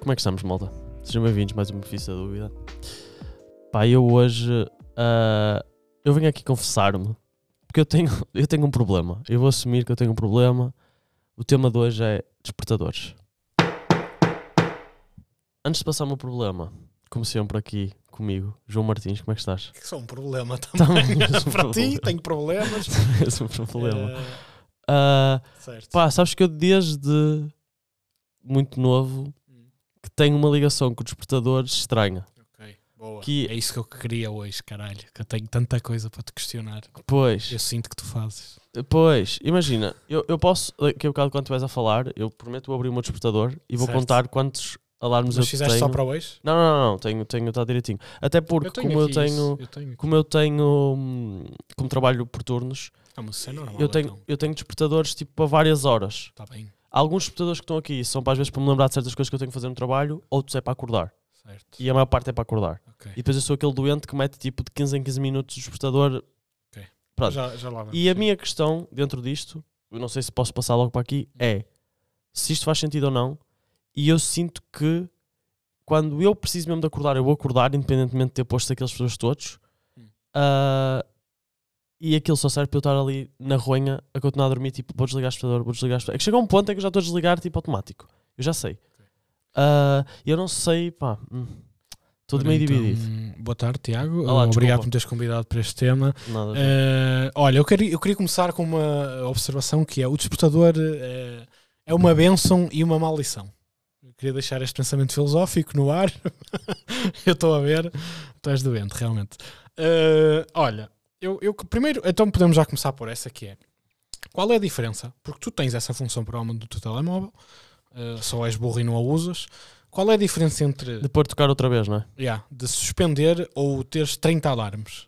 Como é que estamos, malta? Sejam bem-vindos mais um Benefício da Dúvida. Pá, eu hoje. ah, eu venho aqui confessar-me. Porque eu tenho, eu tenho um problema. Eu vou assumir que eu tenho um problema. O tema de hoje é despertadores. Antes de passar o meu problema, como sempre aqui comigo, João Martins, como é que estás? Que são um problema Também também. és um Para problema. ti, tenho problemas. Esse é um problema. Eh, Ah, certo. Pá, sabes que eu desde muito novo Hum. que tenho uma ligação com os despertadores estranha. Ok, boa. que- É isso que eu queria hoje, caralho. Que eu tenho tanta coisa para te questionar. Pois, Eu sinto que tu fazes. pois, imagina, eu, eu posso, daqui a bocado quando estiveres a falar, eu prometo vou abrir o meu despertador e vou Certo. contar quantos alarmes Mas, eu fizeste tenho. só para hoje? Não, não, não, não, tenho, tenho, está direitinho. Até porque como eu aqui tenho, isso, Eu tenho. como eu tenho, hum, como trabalho por turnos, Ah, mas isso é normal. eu tenho, então. eu tenho despertadores tipo para várias horas. Tá bem, Há Alguns despertadores que estão aqui são para às vezes para me lembrar de certas coisas que eu tenho que fazer no trabalho, outros é para acordar. certo. E a maior parte é para acordar. Ok. E depois eu sou aquele doente que mete tipo de 15 em 15 minutos o despertador. pronto. Já, já lá vamos. E a sim. minha questão dentro disto, eu não sei se posso passar logo para aqui, é se isto faz sentido ou não. E eu sinto que quando eu preciso mesmo de acordar, eu vou acordar, independentemente de ter posto aqueles pessoas todos. Hum. Ah, e aquilo só serve para eu estar ali na ronha a continuar a dormir, tipo, vou desligar o despertador, vou desligar o despertador. É que chega um ponto em que eu já estou a desligar, tipo, automático. Eu já sei. Ah, eu não sei, pá, hum, estou de Ora, meio então, dividido. Boa tarde, Tiago. Olá, Eh, Obrigado desculpa. por me teres convidado para este tema. Nada. Eh, olha, eu queria, eu queria começar com uma observação que é o despertador eh, é uma bênção e uma maldição. Eu queria deixar este pensamento filosófico no ar. eu estou a ver. Tu és doente, realmente. Eh, olha, eu, eu que- primeiro, então podemos já começar por essa que é. Qual é a diferença? Porque tu tens essa função provavelmente do teu telemóvel, eh, só és burro e não a usas. Qual é a diferença entre Depois de tocar outra vez, não é? yeah, de suspender ou teres 30 alarmes?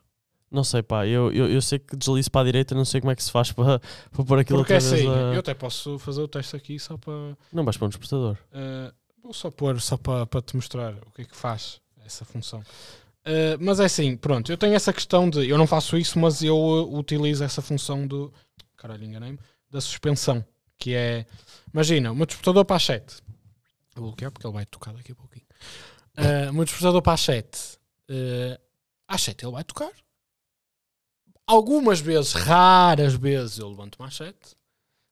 Não sei, pá, eu, eu, eu sei que deslizo para a direita, não sei como é que se faz para, para pôr aquilo Porque é outra vez assim, a- eu até posso fazer o teste aqui só para. Não vais para um despertador. eh, vou só pôr, só para, para te mostrar o que é que faz essa função. Eh, mas é assim, pronto, eu tenho essa questão de. Eu não faço isso, mas eu eh, utilizo essa função do. Caralho, enganei-me. Da suspensão, que é. Imagina, o meu despertador para as 7. Vou bloquear porque ele vai tocar daqui a pouquinho. Eh, O meu despertador para as 7. eh, às 7 ele vai tocar. Algumas vezes, raras vezes, eu levanto-me às 7.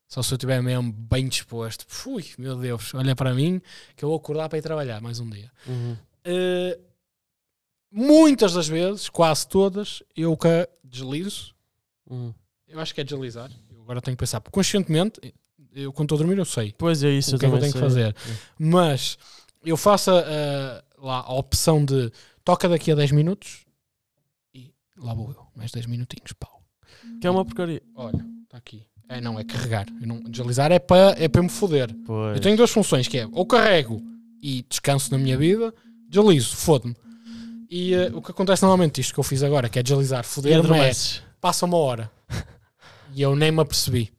Só se eu estiver mesmo bem disposto. Fui, meu Deus, olha para mim que eu vou acordar para ir trabalhar mais um dia. Eh, muitas das vezes, quase todas, eu que deslizo. Uhum. Eu acho que é deslizar. Eu agora tenho que pensar. Porque conscientemente, eu quando estou a dormir, eu sei Pois é isso, o eu que é que eu também tenho que sei. fazer. Mas eu faço a, a- lá a opção de toca daqui a 10 minutos e lá vou eu. Mais 10 minutinhos, pau. Que é uma porcaria. Olha, está aqui. É, não, é carregar. Eu não- deslizar é para é para me foder. Pois. Eu tenho duas funções, que é ou carrego e descanso na minha vida, deslizo, fode-me. E eh, o que acontece normalmente, isto que eu fiz agora, que é deslizar, E foder-me, é adormeces. passa uma hora. e eu nem me apercebi.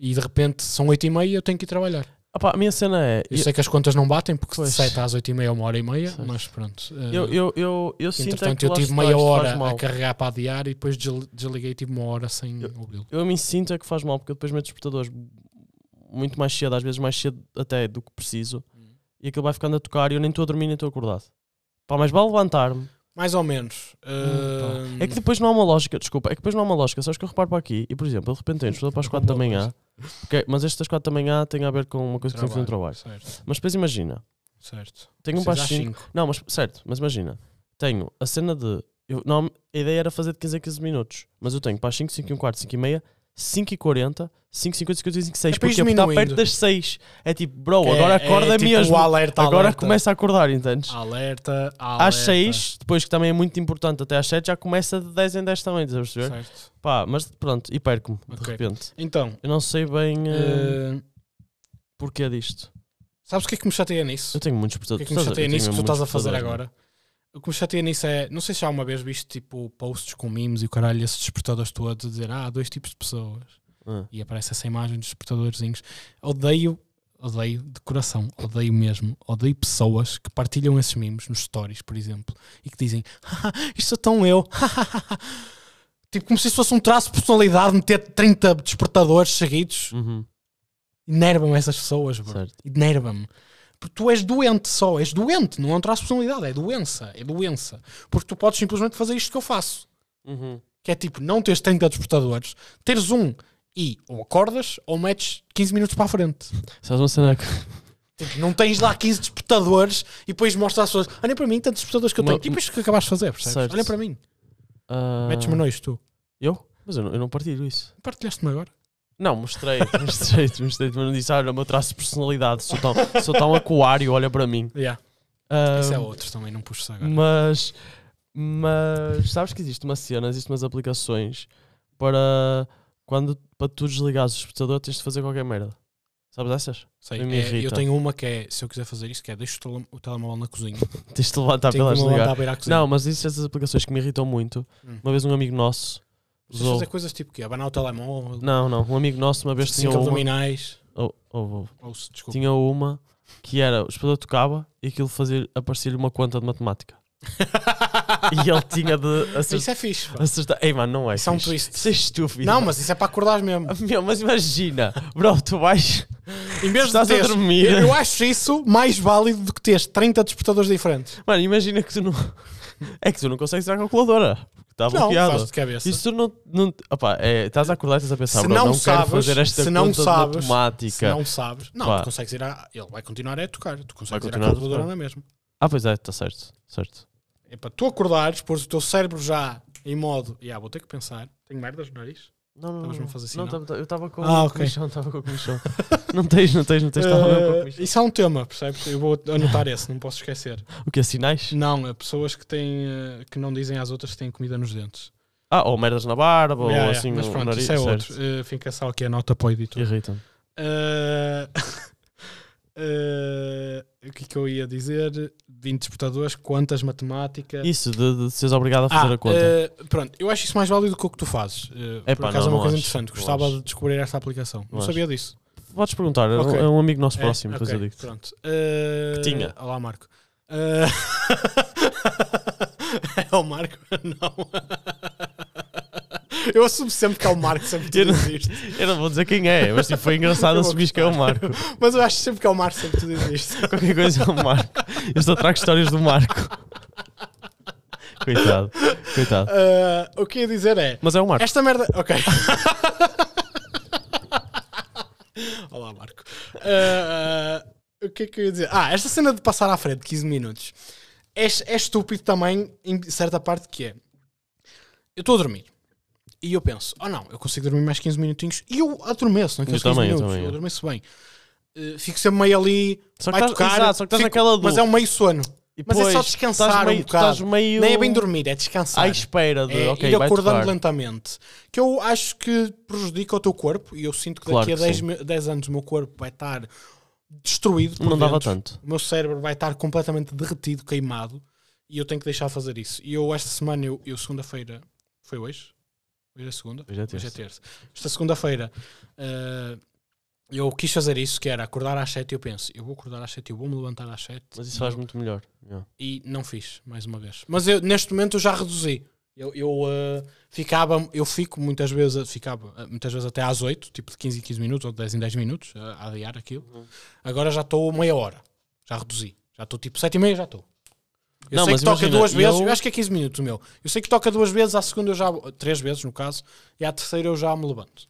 E de repente são oito e meia e eu tenho que ir trabalhar. Ah, pá, a minha cena é. Eu Eu, sei que as contas não batem, porque Pois. de 7 às oito e meia é uma hora e meia, Certo. mas pronto. eh, eu, eu, eu, eu sinto é entretanto, que eu lá tive está, meia isto faz hora mal. a carregar para adiar e depois desli- desliguei tive uma hora sem Eu- ouvi-lo. Eu a mim sinto é que faz mal, porque eu depois meto despertadores muito mais cedo, às vezes mais cedo até do que preciso, Uhum. e aquilo vai ficando a tocar e eu nem estou a dormir nem estou acordado. Pá, mas vale levantar-me. Mais ou menos. Hum, eh, É que depois não há uma lógica, desculpa, é que depois não há uma lógica. Sabes que eu reparo para aqui e, por exemplo, eu de repente tenho despertador para as 4 da manhã, ok, mas este das 4 da manhã tem a ver com uma coisa que eu fiz no trabalho. Certo, Mas depois imagina, certo. tenho um Precisas baixo às 5. cinco. Não, mas certo, mas imagina, tenho a cena de. Eu, não, a ideia era fazer de 15 a 15 minutos, mas eu tenho para as 5, 5 e um quarto, 5 e meia, 5 e 40, 5 e 50, 55 e 56, É para ir porque está perto diminuindo. das 6. É tipo, bro, Que é- agora acorda é tipo mesmo. o alerta, agora alerta. começa a acordar, entendes? Alerta, alerta. às 6, depois que também é muito importante, até às 7 já começa de 10 em 10 também, estás a perceber? Certo. Pá, mas pronto, e perco-me, de Ok. repente. Então, Eu não sei bem eh, eh, porquê disto. sabes o que é que me chateia Eu nisso? tenho muitos O que é despertadores. que me chateia eu nisso que tenho tu estás a muitos fazer despertadores, agora? O que me chateia nisso é, não sei se já uma vez viste tipo posts com memes e o caralho, esses despertadores todos a dizer, ah, há dois tipos de pessoas. não é? E aparece essa imagem dos despertadorzinhos. Odeio, odeio de coração, odeio mesmo, odeio pessoas que partilham esses memes nos stories, por exemplo, e que dizem, "Ah, isto sou tão eu. tipo, como se isso fosse um traço de personalidade, meter 30 despertadores seguidos. Ah, uhum, Enerva-me essas pessoas, bro. certo. Enerva-me. Porque tu és doente só, és doente, não é um traço de personalidade, é doença, é doença. Porque tu podes simplesmente fazer isto que eu faço, Uhum. que é tipo, não teres 30 despertadores, teres um e ou acordas ou metes 15 minutos para a frente. Sabes uma cena que. Tipo, não tens lá 15 despertadores e depois mostras às pessoas, olhem para mim, tantos despertadores que eu Uma- tenho. Tipo isto que acabaste de fazer, percebes? Certo. Olhem para mim, ah, metes-me nois tu. Eu? Mas eu não, eu não partilho isso. Partilhaste-me agora. Não, mostrei, mostrei, mostrei, mas não disse, olha, o meu traço de personalidade, sou tão, sou tão aquário, olha para mim. Yeah. Ah, Hum, Isso é outro também, não puxo agora. Mas, mas sabes que existe uma cena, existem umas aplicações para quando para tu desligares o despertador tens de fazer qualquer merda. Sabes essas? Sei, me é, irrita. eu tenho uma que é, se eu quiser fazer isso, que é deixo o, tele- o telemóvel na cozinha. Tens de levantar para tenho elas que me levantar desligar. para ir à cozinha. Tá Não, mas existem essas aplicações que me irritam muito. Hum. Uma vez um amigo nosso Tens de usou. fazer coisas tipo que Abanar o telemóvel, Não, não, um amigo nosso uma vez tinha cinco uma, abdominais. oh, oh, oh, Ou se, desculpa. tinha uma que era o despertador tocava e aquilo fazia aparecer uma conta de matemática. E ele tinha de acertar. isso é fixe. pá. acertar. Ei, mano, não é. Isso é um fixe. twist. Isso é estúpido. Não, mas isso é para acordares mesmo. Meu, mas imagina, bro, tu vais. Em vez de Estás a teres, dormir. eu, eu acho isso mais válido do que teres 30 despertadores diferentes. Mano, imagina que tu não. É que tu não consegues usar a calculadora. tá Está Não, faz bloqueada. de cabeça. Isso tu não. não opa, é, estás a acordar e estás a pensar, Se bro, não não, sabes- quero fazer esta se conta não sabes- de Se matemática. não sabes, não, é Pá. tu consegues ir a. Ele vai continuar a tocar, tu Vai consegues ir à continuar a calculadora tocar. na mesma. Ah, pois é, está certo. Certo. É para tu acordares, pôres o teu cérebro já em modo. Ya, vou ter que pensar. Tenho merdas no nariz. Não, não, Estavas-me não. a fazer assim, não, não? tava- tava- eu estava com Ah, a ok. comissão, estava com a comissão. não tens, não tens, não tens. Estava mesmo com a Eh, comissão. isso é um tema, percebes? Eu vou anotar esse, não posso esquecer. O que é sinais? Não, é pessoas que têm eh, que não dizem às outras que têm comida nos dentes. Ah, ou merdas na barba, Ya, ou ya, assim, mas no pronto, nariz. isso é certo. outro. Eh, fica só aqui a nota para o editor. Irritam. Ah, ah, o que é que eu ia dizer? 20 despertadores, quantas matemática. Isso, de, de seres obrigado a fazer Ah, a conta. ah, pronto, eu acho isso mais válido do que o que tu fazes. Ah, Epá, por acaso não, é uma não coisa acho, interessante. não Gostava acho. de descobrir esta aplicação. Não, Não sabia disso. Podes perguntar, é um- ok. é um amigo nosso É, próximo, depois ok, eu digo. Pronto. Ah, Que tinha. Olá, Marco. Ah, é o Marco? Não. Eu assumo sempre que é o Marco, sempre que tu Eu não- dizes isto. Eu não vou dizer quem é, mas tipo, foi engraçado Eu vou assumir que é o Marco. Mas eu acho sempre que é o Marco, sempre que tu dizes isto. Qualquer coisa é o Marco. Eu só trago histórias do Marco. Coitado, coitado. Ah, o que eu ia dizer é. Mas é o Marco. Esta merda. Ok. Olá, Marco. Ah, o que é que eu ia dizer? Ah, esta cena de passar à frente 15 minutos é, é estúpido também, em certa parte, que é. Eu estou a dormir. E eu penso, oh não, eu consigo dormir mais 15 minutinhos. E eu adormeço naqueles Eu 15 também, eu minutos. também, eu eu. adormeço bem. Eh, fico sempre meio ali, Só que vai estás- tocar. exato, só que estás fico- naquela do- Mas é um meio sono. E mas é só depois, descansar estás um meio, bocado. Estás meio Nem é bem dormir, é descansar à espera de, é, ok, ir vai acordando tocar. lentamente. Que eu acho que prejudica o teu corpo e eu sinto que Claro daqui a que 10, sim. me- 10 anos o meu corpo vai estar destruído. por Não dava dentro. tanto. O meu cérebro vai estar completamente derretido, queimado e eu tenho que deixar de fazer isso. E eu, esta semana, eu, eu segunda-feira, foi hoje? Hoje é segunda? Hoje é Hoje é terça. terça. Esta segunda-feira eh, eu quis fazer isso, que era acordar às 7 e eu penso, eu vou acordar às 7 eu vou me levantar às 7 Mas isso faz muito melhor. Yeah. e não fiz, mais uma vez. Mas eu, neste momento eu já reduzi. Eu, eu eh, ficava, eu fico muitas vezes, ficava eh, muitas vezes até às 8, tipo de 15 em 15 minutos ou de 10 em 10 minutos, eh, a adiar aquilo. Uhum. Agora já estou meia hora, já reduzi. Já estou tipo 7 e meia, já estou. Eu Não, sei mas que toca imagina, duas vezes, eu- eu acho que é 15 minutos o meu. Eu sei que toca duas vezes, à segunda eu já, três vezes no caso, e à terceira eu já me levanto.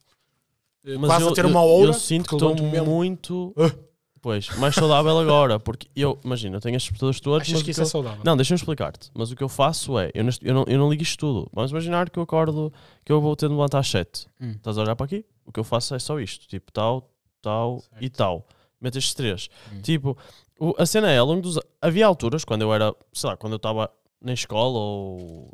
Eh, Mas Quase eu, a ter eu- uma hora. eu sinto que porque eu estou levanto-me mesmo. muito. Ah. Pois, mais saudável agora, porque eu, imagina, eu tenho estes pessoas todas. Achas mas o que isso é saudável? Não, deixa-me explicar-te. Mas o que eu faço é, eu, neste- eu não, eu não ligo isto tudo. Vamos imaginar que eu acordo, que eu vou ter de levantar às 7. Hum. Estás a olhar para aqui? O que eu faço é só isto. Tipo, tal, tal e tal. Meto estes três. Hum. Tipo, o- a cena é, ao longo dos... a- Havia alturas, quando eu era, sei lá, quando eu estava na escola ou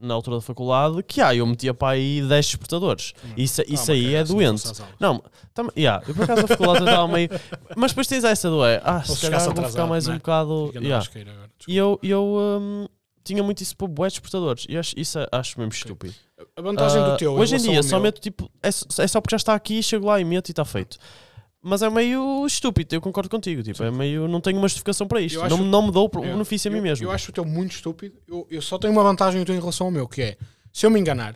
na altura da faculdade, que ah, eu metia para aí 10 despertadores. Isso, isso Ah, aí ok, é assim não doente. faço às aulas. Não, tam, yeah, eu por acaso na faculdade eu estava meio... Mas depois tens essa do é, ah, Ou se calhar se chegasse vou ficar atrasado, mais né? um bocado... Fica na yeah. rasqueira agora, desculpa. E eu, eu hum, tinha muito isso para bué despertadores. E acho, isso acho mesmo estúpido. A vantagem Ah, do teu em hoje em relação dia ao só meu- meto tipo. É, só- é só porque já está aqui, chego lá e meto e está feito. Mas é meio estúpido, eu concordo contigo. Tipo, é meio. Não tenho uma justificação para isto. Eu acho- não, não me dou o pro- o Eu- benefício a É. eu- mim mesmo. Eu acho o teu muito estúpido. Eu, eu só tenho uma vantagem no teu em relação ao meu, que é se eu me enganar,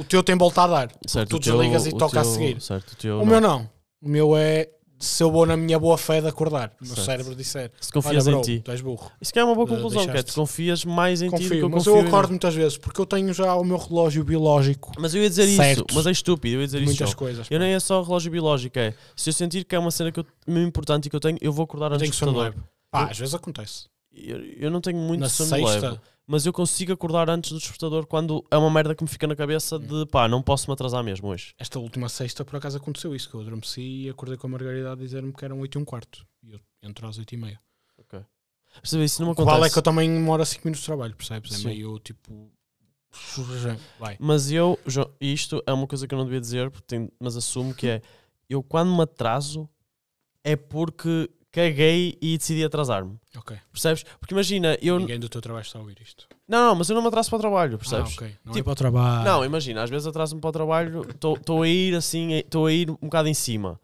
o teu tem volta a dar. certo, tu o teu- desligas e o toca a teu- seguir. Certo, o teu o não. meu não. O meu é se eu vou na minha boa fé de acordar, o meu Certo. cérebro disser, Se olha confias bro, em ti. tu és burro. Isso que é uma boa Eh, conclusão, que é deixaste. tu confias mais em ti do que Confio, eu mas confio. eu em mim. acordo muitas vezes porque eu tenho já o meu relógio biológico Mas eu ia dizer Certo. isso, mas é estúpido, eu ia dizer de isso. muitas João. coisas. Eu nem é só relógio biológico, é. Se eu sentir que é uma cena que eu, mesmo importante e que eu tenho, eu vou acordar antes tenho do sono computador. leve. Pá, às vezes acontece. Eu, eu não tenho muito na sono sexta, leve, mas eu consigo acordar antes do despertador quando é uma merda que me fica na cabeça Hum. de pá, não posso me atrasar mesmo hoje. esta última sexta, por acaso aconteceu isso, que eu adormeci e acordei com a Margarida a dizer-me que eram 8 e um quarto. E eu entro às 8 e meia. Mas, sabe, Isso não me O que vale é acontece. que eu também moro a 5 minutos de trabalho, percebes? É Sim. meio tipo. Vai. Mas eu, João, e isto é uma coisa que eu não devia dizer, porque tem- mas assumo que é: eu quando me atraso é porque caguei e decidi atrasar-me. Ok. Percebes? Porque imagina, eu. Ninguém do teu trabalho está a ouvir isto. Não, não, mas eu não me atraso para o trabalho, Ah, percebes? ok. Não é Tipo- para o trabalho. Não, imagina, às vezes atraso-me para o trabalho, estou a ir assim, estou a ir um bocado em cima.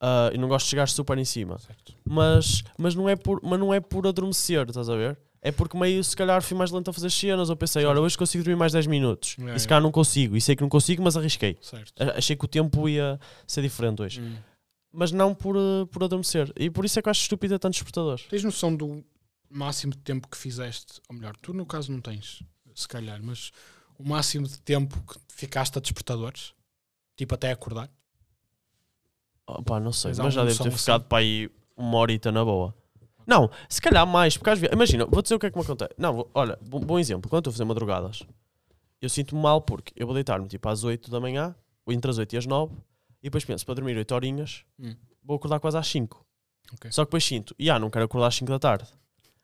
Ah, e não gosto de chegar super em cima. Certo. Mas, mas, não é por, mas não é por adormecer, estás a ver? É porque meio se calhar fui mais lento a fazer cenas, ou pensei, olha, hoje consigo dormir mais 10 minutos. É, e se é. calhar não consigo, e sei que não consigo, mas arrisquei. Certo. A- Achei que o tempo ia ser diferente hoje. Hum. Mas não por, eh, por adormecer. E por isso é que eu acho estúpido ter tantos despertadores. Tens noção do máximo de tempo que fizeste? Ou melhor, tu no caso não tens, se calhar, mas o máximo de tempo que ficaste a despertadores? Tipo até acordar? Oh, pá, não sei, Mas mas, há já uma deve noção ter assim? ficado para aí uma horita na boa. Não, se calhar mais, porque às vezes. Imagina, vou dizer o que é que me acontece. Não, vou- olha, bom, bom exemplo. Quando estou a fazer madrugadas, eu sinto-me mal porque eu vou deitar-me tipo às 8 da manhã, ou entre as 8 e as 9, e depois penso para dormir 8 horinhas, Hum. vou acordar quase às 5. Ok. Só que depois sinto, e ah, não quero acordar às 5 da tarde.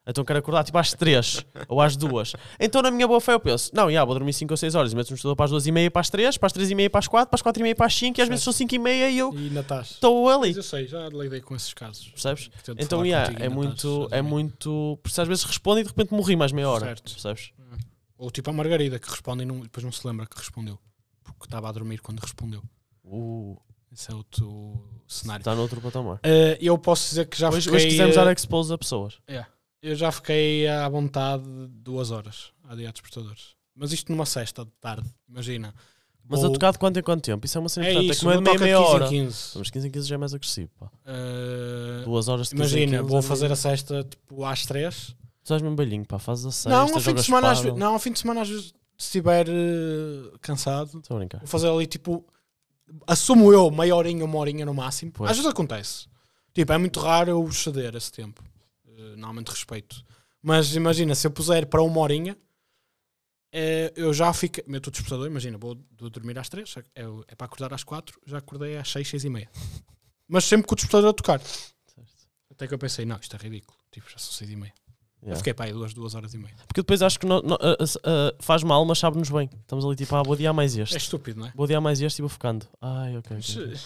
Então quero acordar tipo às 3 ou às 2. Então na minha boa fé eu penso, não, já, vou dormir 5 ou 6 horas, e meto-me no estudar para as 2 e meia, para as 3, para as 3 e meia, para as 4, para as 4 e meia, para as 5, e às vezes são 5 e meia e eu Então, E ainda estás. estou Mas ali, eu sei, já lidei com esses casos. percebes? Que tento Então, falar yeah, contigo e é ainda muito, estás a é dormir. muito, porque às vezes responde e de repente morri mais meia hora, Certo. percebes? Ou tipo a Margarida que responde e não- depois não se lembra que respondeu. Porque estava a dormir quando respondeu. Uh, Esse é outro cenário. está noutro patamar. Eh, eu posso dizer que já Hoje, fiquei. hoje quisemos dar eh, expose a pessoas. Eu já fiquei à vontade duas horas a dia a despertadores. Mas isto numa sexta de tarde, imagina. Mas Ou- a tocar de quanto em quanto tempo? Isso é uma cena é importante, isso, é como é não meia, toca meia 15 em hora. 15. Mas 15 em 15 já é mais agressivo, pá. Eh, Duas horas de 15 em imagina, 15 vou é fazer meio- a sexta tipo às três. Tu estás mesmo belinho, pá, fazes a sexta, Não, ao fim de jogas semana às pádel. vezes, não, ao fim de semana às vezes se estiver eh, cansado, Estou a brincar. vou fazer ali tipo assumo eu meia horinha, uma horinha no máximo. Pois. Às vezes acontece. Tipo, é muito raro eu ceder esse tempo. Eh, normalmente respeito. Mas imagina, se eu puser para uma horinha, eh, eu já fico. Meto o despertador, imagina, vou, vou dormir às três, é, é para acordar às quatro, já acordei às seis, seis e meia. Mas sempre com o despertador a tocar. Até que eu pensei, não, isto é ridículo. Tipo, já são seis e meia. Eu Yeah. fiquei para aí duas, duas horas e meia. É Porque depois acho que no- no- ah, ah, ah, faz mal, mas sabe-nos bem. Estamos ali tipo, ah, vou adiar mais É este. estúpido, não é? Vou adiar mais este e vou focando. Ai, ok. ok, ok. eh,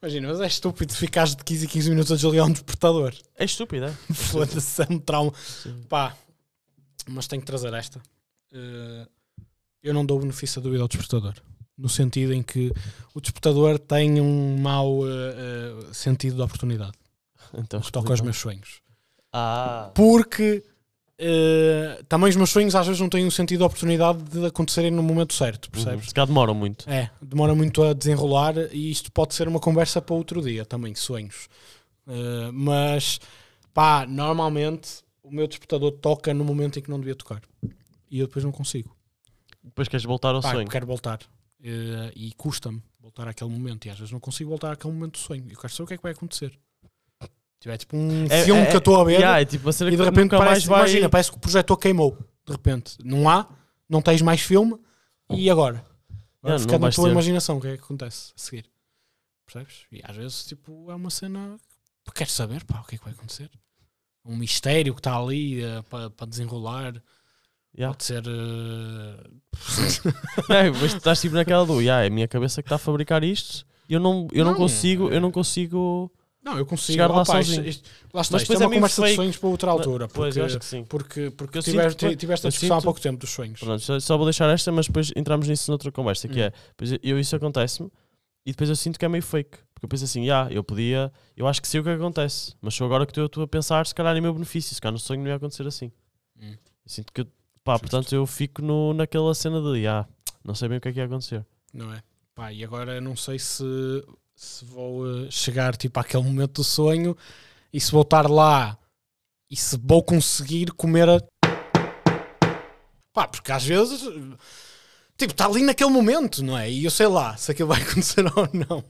Imagina, mas é estúpido ficares de 15 e 15 minutos a desligar um despertador. É estúpido, é? Foda-se, é um trauma. Sim. Pá, mas tenho que trazer esta. Eh, eu não dou benefício da dúvida ao despertador. No sentido em que o despertador tem um mau eh, eh, sentido de oportunidade. Então, Que toca aos meus sonhos. Ah, Porque eh, também os meus sonhos às vezes não têm um sentido de oportunidade de acontecerem no momento certo, percebes? Uhum. Se calhar demoram muito. É, demora muito a desenrolar e isto pode ser uma conversa para outro dia também, sonhos. Uh, mas, pá, normalmente o meu despertador toca no momento em que não devia tocar. E eu depois não consigo. Depois queres voltar ao Pá, eu sonho. quero voltar. Uh, e custa-me voltar àquele momento. E às vezes não consigo voltar àquele momento do sonho. Eu quero saber o que é que vai acontecer. Tipo, é tipo um É- filme é- que eu estou a ver Yeah, é tipo, a cena e de que repente nunca mais parece, vai... imagina, parece que o projetor queimou. De repente, não há, não tens mais filme e agora? Agora Não, fica não na vais tua ter. imaginação o que é que acontece a seguir. Percebes? E às vezes tipo, é uma cena que queres saber pá, o que é que vai acontecer. Um mistério que está ali eh, para para desenrolar. Yeah. Pode ser. eh, É, mas tu estás tipo naquela do, yeah, é a minha cabeça que está a fabricar isto. Eu não, eu não, Não, consigo, é- eu não consigo. Não, eu consigo. Chegar lá Opa, isto- sozinho. isto- lá está, Mas isto é depois é uma meio conversa de fake. sonhos para outra altura. Pois, Porque, eu acho que sim. porque, porque eu tiveste, sinto que- tiveste a eu discussão há sinto- pouco tempo dos sonhos. Pronto, só- só vou deixar esta, mas depois entramos nisso noutra conversa, que Hum. é, pois eu- eu isso acontece-me e depois eu sinto que é meio fake. Porque eu penso assim, ah, eu podia, eu acho que sei o que acontece, mas sou agora que estou- estou a pensar, se calhar em meu benefício, se calhar no sonho não ia acontecer assim. Hum. Eu sinto que, eu- pá, portanto eu fico no, naquela cena de, ah, não sei bem o que é que ia acontecer. Não é? Pá, e agora eu não sei se se vou eh, chegar tipo àquele momento do sonho e se vou estar lá e se vou conseguir comer a. Pá, porque às vezes. Tipo, está ali naquele momento, não é? E eu sei lá se aquilo vai acontecer ou não.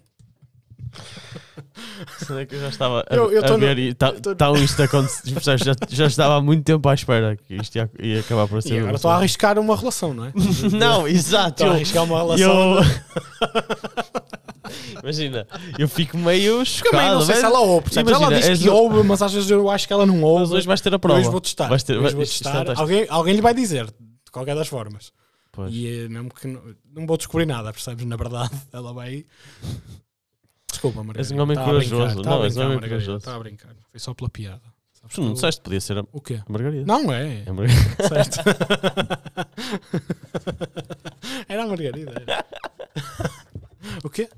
Será é que eu já estava a, Eu- eu a tô no- ver e tá, eu tô no- tão isto acontecendo? já, já estava há muito tempo à espera que isto ia, ia acabar por ser. E agora uma estou a coisa. arriscar uma relação, não é? Não, exato. Estou a Eu, arriscar uma relação. eu... Imagina, eu fico meio Porque também chocado. não sei se um velho. ela ouve, percebes? Imagina, ela diz és que o- ouve, mas às vezes eu acho que ela não ouve. Mas hoje vais ter a prova. Hoje vou testar. Vais ter- Hoje vou isto- isto é um testar. teste. Alguém, alguém lhe vai dizer, de qualquer das formas. Pois. E eh, mesmo que não, não vou descobrir nada, percebes? Na verdade, ela vai. Desculpa, Margarida. És um homem Estava a brincar, corajoso. estava a Não, és um brincar, homem Margarida, corajoso. Estava a brincar. Foi só pela piada. Sabes Tu não que eu- disseste que podia ser a O quê? Margarida? Não é. É a Margarida. Certo. era a Margarida. era. o quê?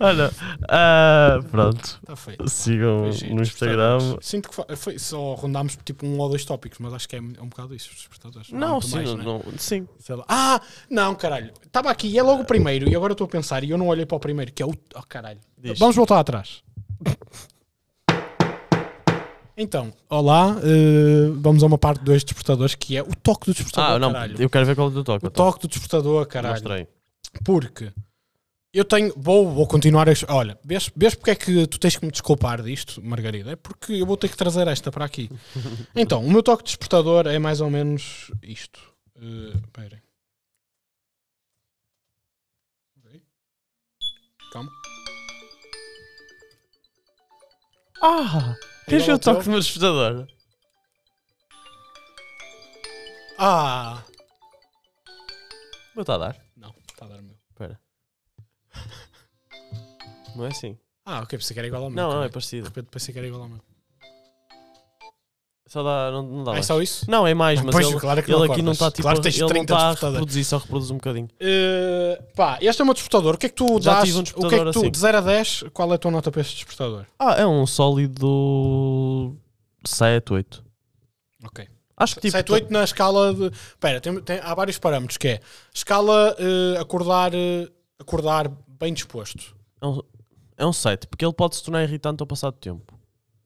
Olha, ah, pronto. Está feio. Sigam Beijinhos, no Instagram. despertadores. Sinto que fa- foi, só rondámos tipo um ou dois tópicos, mas acho que é um é um bocado isso, os despertadores. Não há Não, muito sim, mais, não, né? não- sim. Sei lá. Ah, não, caralho. Estava aqui e é logo o primeiro. E agora eu estou a pensar e eu não olhei para o primeiro, que é o. Oh, caralho. Diz. Vamos voltar atrás. Então, olá. eh, vamos a uma parte dos despertadores que é o toque do despertador. Ah, não, caralho. eu quero ver qual é o teu toque. O toque do despertador, caralho. Mostrei. Porque eu tenho. Vou, vou continuar. a ex- Olha, vês, vês porque é que tu tens que me desculpar disto, Margarida? É porque eu vou ter que trazer esta para aqui. Então, o meu toque despertador é mais ou menos isto. Eh, Esperem. Ok. Calma. Ah! Queres Igual ver ao o toque teu? do meu despertador? Ah! Vou estar a dar. Não, está a dar o meu. Espera. Não é assim? Ah, ok, pensei que era igual ao meu. Não, não, é caralho. De parecido. repente pensei que era igual ao meu. Só dá, não, não dá Ah, é mais. só isso? Não, é mais, mas Pois, ele, claro que ele não aqui não acordas. está tipo. Claro que a- tens ele não 30 está a despertadores. reproduzir, só reproduz um bocadinho. Uh, pá, este é o meu despertador. O que é que tu Já dás? tive um o que é que despertador tu, assim. de 0 a 10, qual é a tua nota para este despertador? Ah, é um sólido 7, 8. Ok. Acho que tipo. 7, 8 na escala de. Pera, tem, tem- há vários parâmetros que é escala eh, acordar, eh, acordar bem disposto. É um, é um 7, porque ele pode se tornar irritante ao passar do tempo.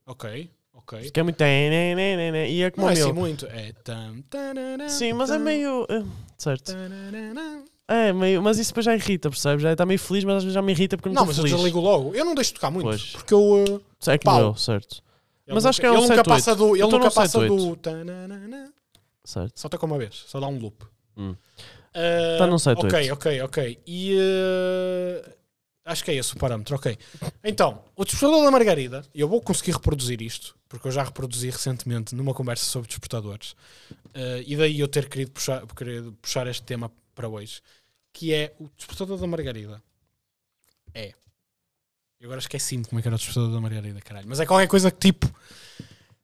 Ok, ok. Porque é muito. E é como Não é o meu. assim muito. É. tam, tarará, Sim, mas é tam, meio. é, Certo. tarará. É, meio. Mas isso depois já irrita, percebes? Já está meio feliz, mas às vezes já me irrita porque eu Não, não mas estou eu feliz. desligo logo. Eu não deixo tocar muito. Pois. Porque eu. eh, É que Pau. meu, certo. ele Mas nunca- acho que é um Ele nunca 7, passa 8. do. Ele Eu tô nunca num passa 7, do. tarará. Certo. Só toca uma vez, só dá um loop. Hum. Ah, Tá num site Ok, oito. ok, ok. E ah, acho que é esse o parâmetro, ok. Então, o despertador da Margarida, eu vou conseguir reproduzir isto, porque eu já reproduzi recentemente numa conversa sobre despertadores, ah, e daí eu ter querido puxar, querido puxar este tema para hoje, que é o despertador da Margarida. É. Eu agora esqueci-me como é que era o despertador da Margarida, caralho. Mas é qualquer coisa que tipo.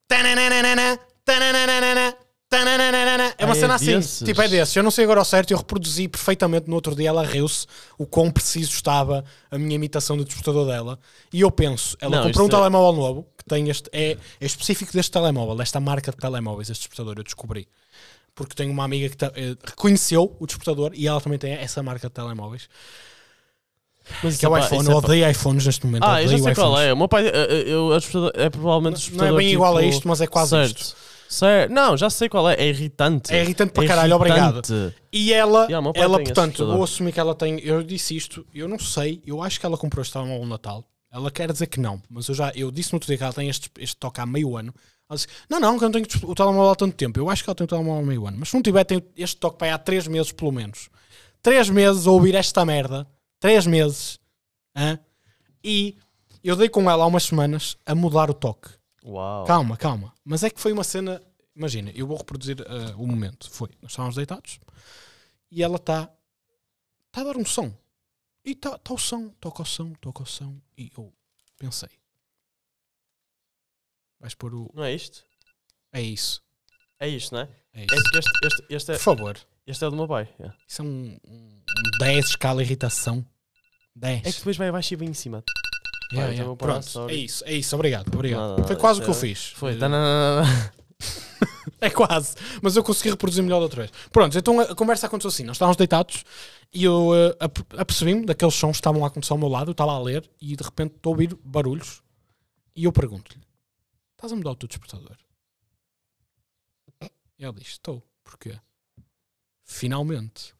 tananana, tananana, tananana. É uma Ah, é cena assim. desses? Tipo, é desses. Eu não sei agora ao certo, eu reproduzi perfeitamente no outro dia. Ela riu-se o quão preciso estava a minha imitação do despertador dela. E eu penso, ela Não, comprou um isto é- telemóvel novo que tem este. É, é específico deste telemóvel, desta marca de telemóveis, este despertador. Eu descobri porque tenho uma amiga que ta- eh, reconheceu o despertador e ela também tem essa marca de telemóveis. Mas Que é o pá, iPhone, isso eu pá- odeio iPhones neste momento. Ah, eu já odeio sei qual iPhones. é. O meu pai. eh, eh, Eu, a despertador- é provavelmente Não é despertador, bem igual a tipo- isto, mas é quase certo. isto. Certo. Não, já sei qual é. É irritante. É irritante para caralho, obrigado. irritante. E ela, Yeah, o meu pai ela tem esse portanto, despertador. vou assumir que ela tem. Eu disse isto, eu não sei, eu acho que ela comprou este telemóvel no Natal. Ela quer dizer que não, mas eu já eu disse no outro dia que ela tem este, este toque há meio ano. Ela disse: Não, não, que eu não tenho o telemóvel há tanto tempo. Eu acho que ela tem o telemóvel há meio ano, mas se não tiver, tem este toque para aí há três meses, pelo menos. Três meses a ouvir esta merda. Três meses. hã? E eu dei com ela há umas semanas a mudar o toque. Uau. Calma, calma. Mas é que foi uma cena. Imagina, eu vou reproduzir ah, o momento. Foi. Nós estávamos deitados e ela está. Está a dar um som. E está tá o som, toca o som, toca o som. E eu pensei. Vais pôr o. Não é isto? É isso. É isto, não é? É É isso. que este, este, este, é, Por favor. este é o do meu pai. é. Isso é um, um um 10 escala irritação. 10. É que depois vai abaixo e bem em cima. Yeah, Pai, yeah. então vou parar, Pronto, sorry. é isso, é isso. Obrigado, obrigado. Nada, nada, foi quase o que eu isso é- fiz. Foi. Eh, Tananana. É quase. Mas eu consegui reproduzir melhor da outra vez. Pronto, então a a conversa aconteceu assim. Nós estávamos deitados e eu eh, ap- apercebi-me daqueles sons que estavam lá a acontecer ao meu lado. Eu estava a ler e de repente estou a ouvir barulhos. E eu pergunto-lhe: Estás a mudar o teu despertador? E ele diz: Estou. Porquê? Finalmente.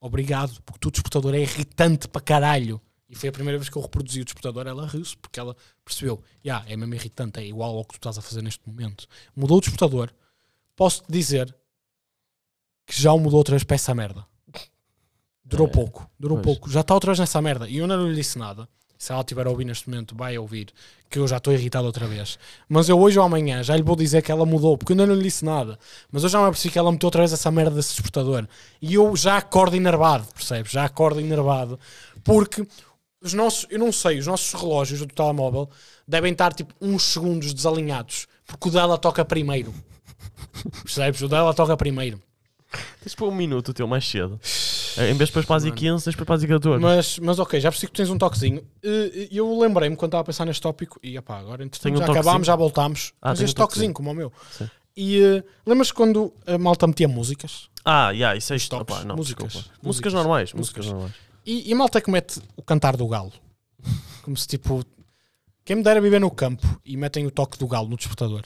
Obrigado, porque o teu despertador é irritante para caralho. E foi a primeira vez que eu reproduzi o despertador. Ela riu-se porque ela percebeu: Ya, é mesmo irritante, é igual ao que tu estás a fazer neste momento. Mudou o despertador. Posso-te dizer que já o mudou outra vez para essa merda. Durou É, pouco, durou pois. pouco. Já está outra vez nessa merda. E eu ainda não lhe disse nada. Se ela estiver a ouvir neste momento, vai ouvir que eu já estou irritado outra vez. Mas eu hoje ou amanhã já lhe vou dizer que ela mudou, porque eu ainda não lhe disse nada. Mas eu já me apercebi que ela meteu outra vez essa merda desse despertador. E eu já acordo enervado, percebes? Já acordo enervado. Porque os nossos, eu não sei, os nossos relógios do telemóvel devem estar tipo uns segundos desalinhados, porque o dela toca primeiro. Percebes? O dela toca primeiro. Tens de pôr um minuto o teu mais cedo. Em vez de pôr para as e 15, tens de pôr para as e 14. Mas, mas ok, já percebi que tens um toquezinho. Eh, Eu lembrei-me quando estava a pensar neste tópico, e opá, agora entretanto Tenho um já toquezinho. acabámos, já voltámos. Ah, mas tenho este um toquezinho, toquezinho. como o meu. Sim. E eh, lembras-te quando a malta metia músicas? Ah, yeah, isso é isto. Toques, Opa, não, músicas, músicas. Músicas, músicas, normais. músicas. Músicas normais. E, e a malta que mete o cantar do galo. Como se tipo. Quem me dera viver no campo e metem o toque do galo no despertador.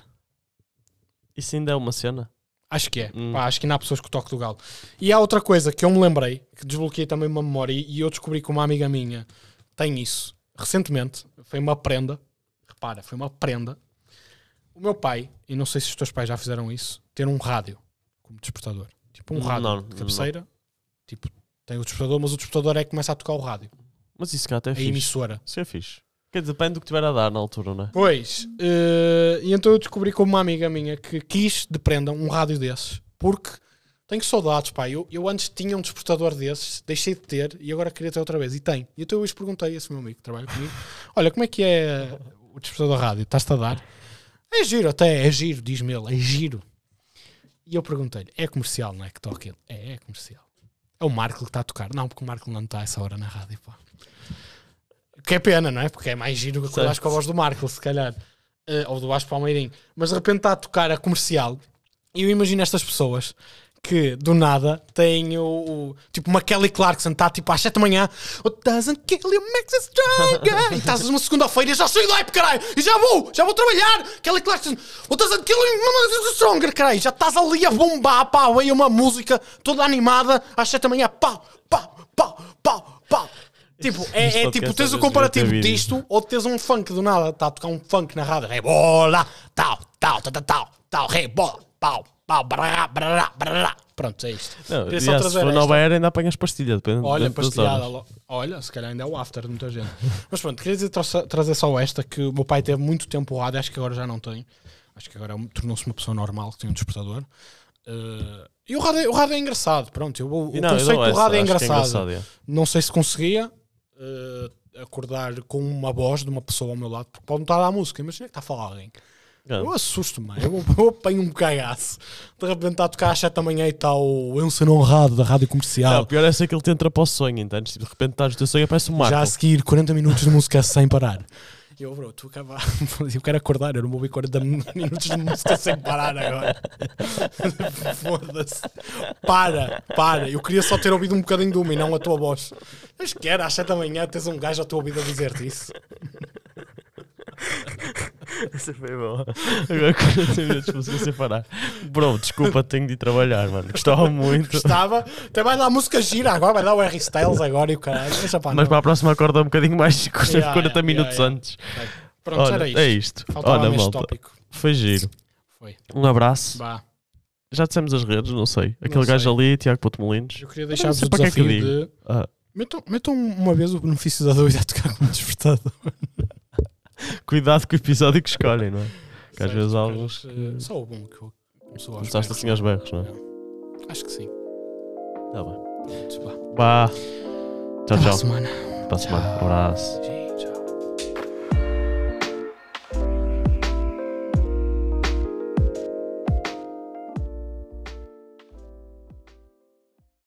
Isso ainda é uma cena. Acho que é. Hum. Pá, acho que ainda há pessoas que tocam do galo. E há outra coisa que eu me lembrei, que desbloqueei também uma memória e e eu descobri que uma amiga minha tem isso. Recentemente, foi uma prenda. Repara, foi uma prenda. O meu pai, e não sei se os teus pais já fizeram isso, ter um rádio como despertador. Tipo um Não, rádio não. de cabeceira. Tipo, tem o despertador, mas o despertador é que começa a tocar o rádio. Mas isso cá até é a fixe. emissora. Isso é fixe. Quer dizer, depende do que tiver a dar na altura, não é? Pois, eh, e então eu descobri com uma amiga minha que quis de prenda um rádio desses, porque tenho saudades, pá. Eu, eu antes tinha um despertador desses, deixei de ter e agora queria ter outra vez. E tem. E então eu hoje perguntei a esse meu amigo que trabalha comigo: Olha, como é que é o despertador rádio? Estás-te a dar? É giro, até é giro, diz-me ele, é giro. E eu perguntei-lhe: É comercial, não é? Que toca ele? É, é comercial. É o Marco que está a tocar. Não, porque o Marco não está a essa hora na rádio, pá. Que é pena, não é? Porque é mais giro que acordares Certo. com a voz do Marco, se calhar. Eh, ou do Vasco Palmeirinho. Mas de repente está a tocar a comercial. E eu imagino estas pessoas que, do nada, têm o... o- tipo, uma Kelly Clarkson está, tipo, às 7 da manhã. Oh, doesn't kill you, makes you stronger. e estás numa segunda-feira e já saí lá, caralho. E já vou, já vou trabalhar. Kelly Clarkson. Oh, doesn't kill you, makes you stronger, caralho. Já estás ali a bombar, pá. Aí uma música toda animada às 7 da manhã. Pá, pá, pá, pá, pá. Tipo, Este é, é podcast tipo, às tens vezes o comparativo devia ter vídeo. disto isto ou tens um funk do nada, está a tocar um funk na rádio, rebola, tal, tal, tal, tal, tal, tal rebola, pau, pau, brará, brará, brará. Pronto, é isto. Não, Queria só já, se trazer for esta. nova era, ainda apanhas pastilha. Depende, Olha, depende das pastilhada. horas. lo- Olha, se calhar ainda é o after de muita gente. Mas pronto, queria dizer, troça- trazer só esta, que o meu pai teve muito tempo o rádio, acho que agora já não tem. Acho que agora é um, tornou-se uma pessoa normal, que tem um despertador. Eh, e o rádio, o rádio é engraçado, pronto. eu- o E o não, eu conceito dou do essa, rádio é acho que engraçado. é. Não sei se conseguia eh, acordar com uma voz de uma pessoa ao meu lado, porque pode não estar a dar música. Imagina que está a falar alguém. Cara, Eu assusto-me, eu, eu apanho um cagaço. De repente está a tocar às 7 da manhã e está o Enson Honrado da rádio não, o comercial. pior é ser que ele te entra para o sonho, entende? Tipo, De repente estás no teu sonho e aparece um Marco. Já a seguir, 40 minutos de música sem parar. E Eu, bro, tu acaba... eu quero acordar, eu não vou ouvir 40 minutos de música sem parar agora. Foda-se. Para, para. Eu queria só ter ouvido um bocadinho de uma e não a tua voz. Mas quero, às 7 da manhã tens um gajo à tua vida a dizer-te isso. Essa foi boa. Agora 40 minutos para você parar. Bro, desculpa, tenho de ir trabalhar, mano. Gostava muito. Gostava. Até vai dar música gira agora, vai dar o R Styles agora e o caralho. Deixa para Mas para a próxima acorda um bocadinho mais 40 Yeah, yeah, minutos yeah, yeah. antes. Pronto, Olha, era isto. é isto. Faltava Olha, mesmo este malta. tópico. Foi giro. Foi. Um abraço. Vá. Já dissemos as redes, não sei. Aquele sei. gajo ali, Tiago Ponte Molinos. Eu queria não deixar-vos sei o para que é que desafio eu de... Ah, Metam, metam uma vez o benefício da dúvida a tocar como despertador. cuidado com o episódio que escolhem, não é? Que às Certo, vezes há porque alguns eles, que- eh, Só o bom que eu começou aos Começaste berros. assim aos berros, não é? Acho que sim. Tá bem. Pronto, vá. Vá. Tchau, Até à tchau. semana. Até para a semana. Abraço. Beijinhos.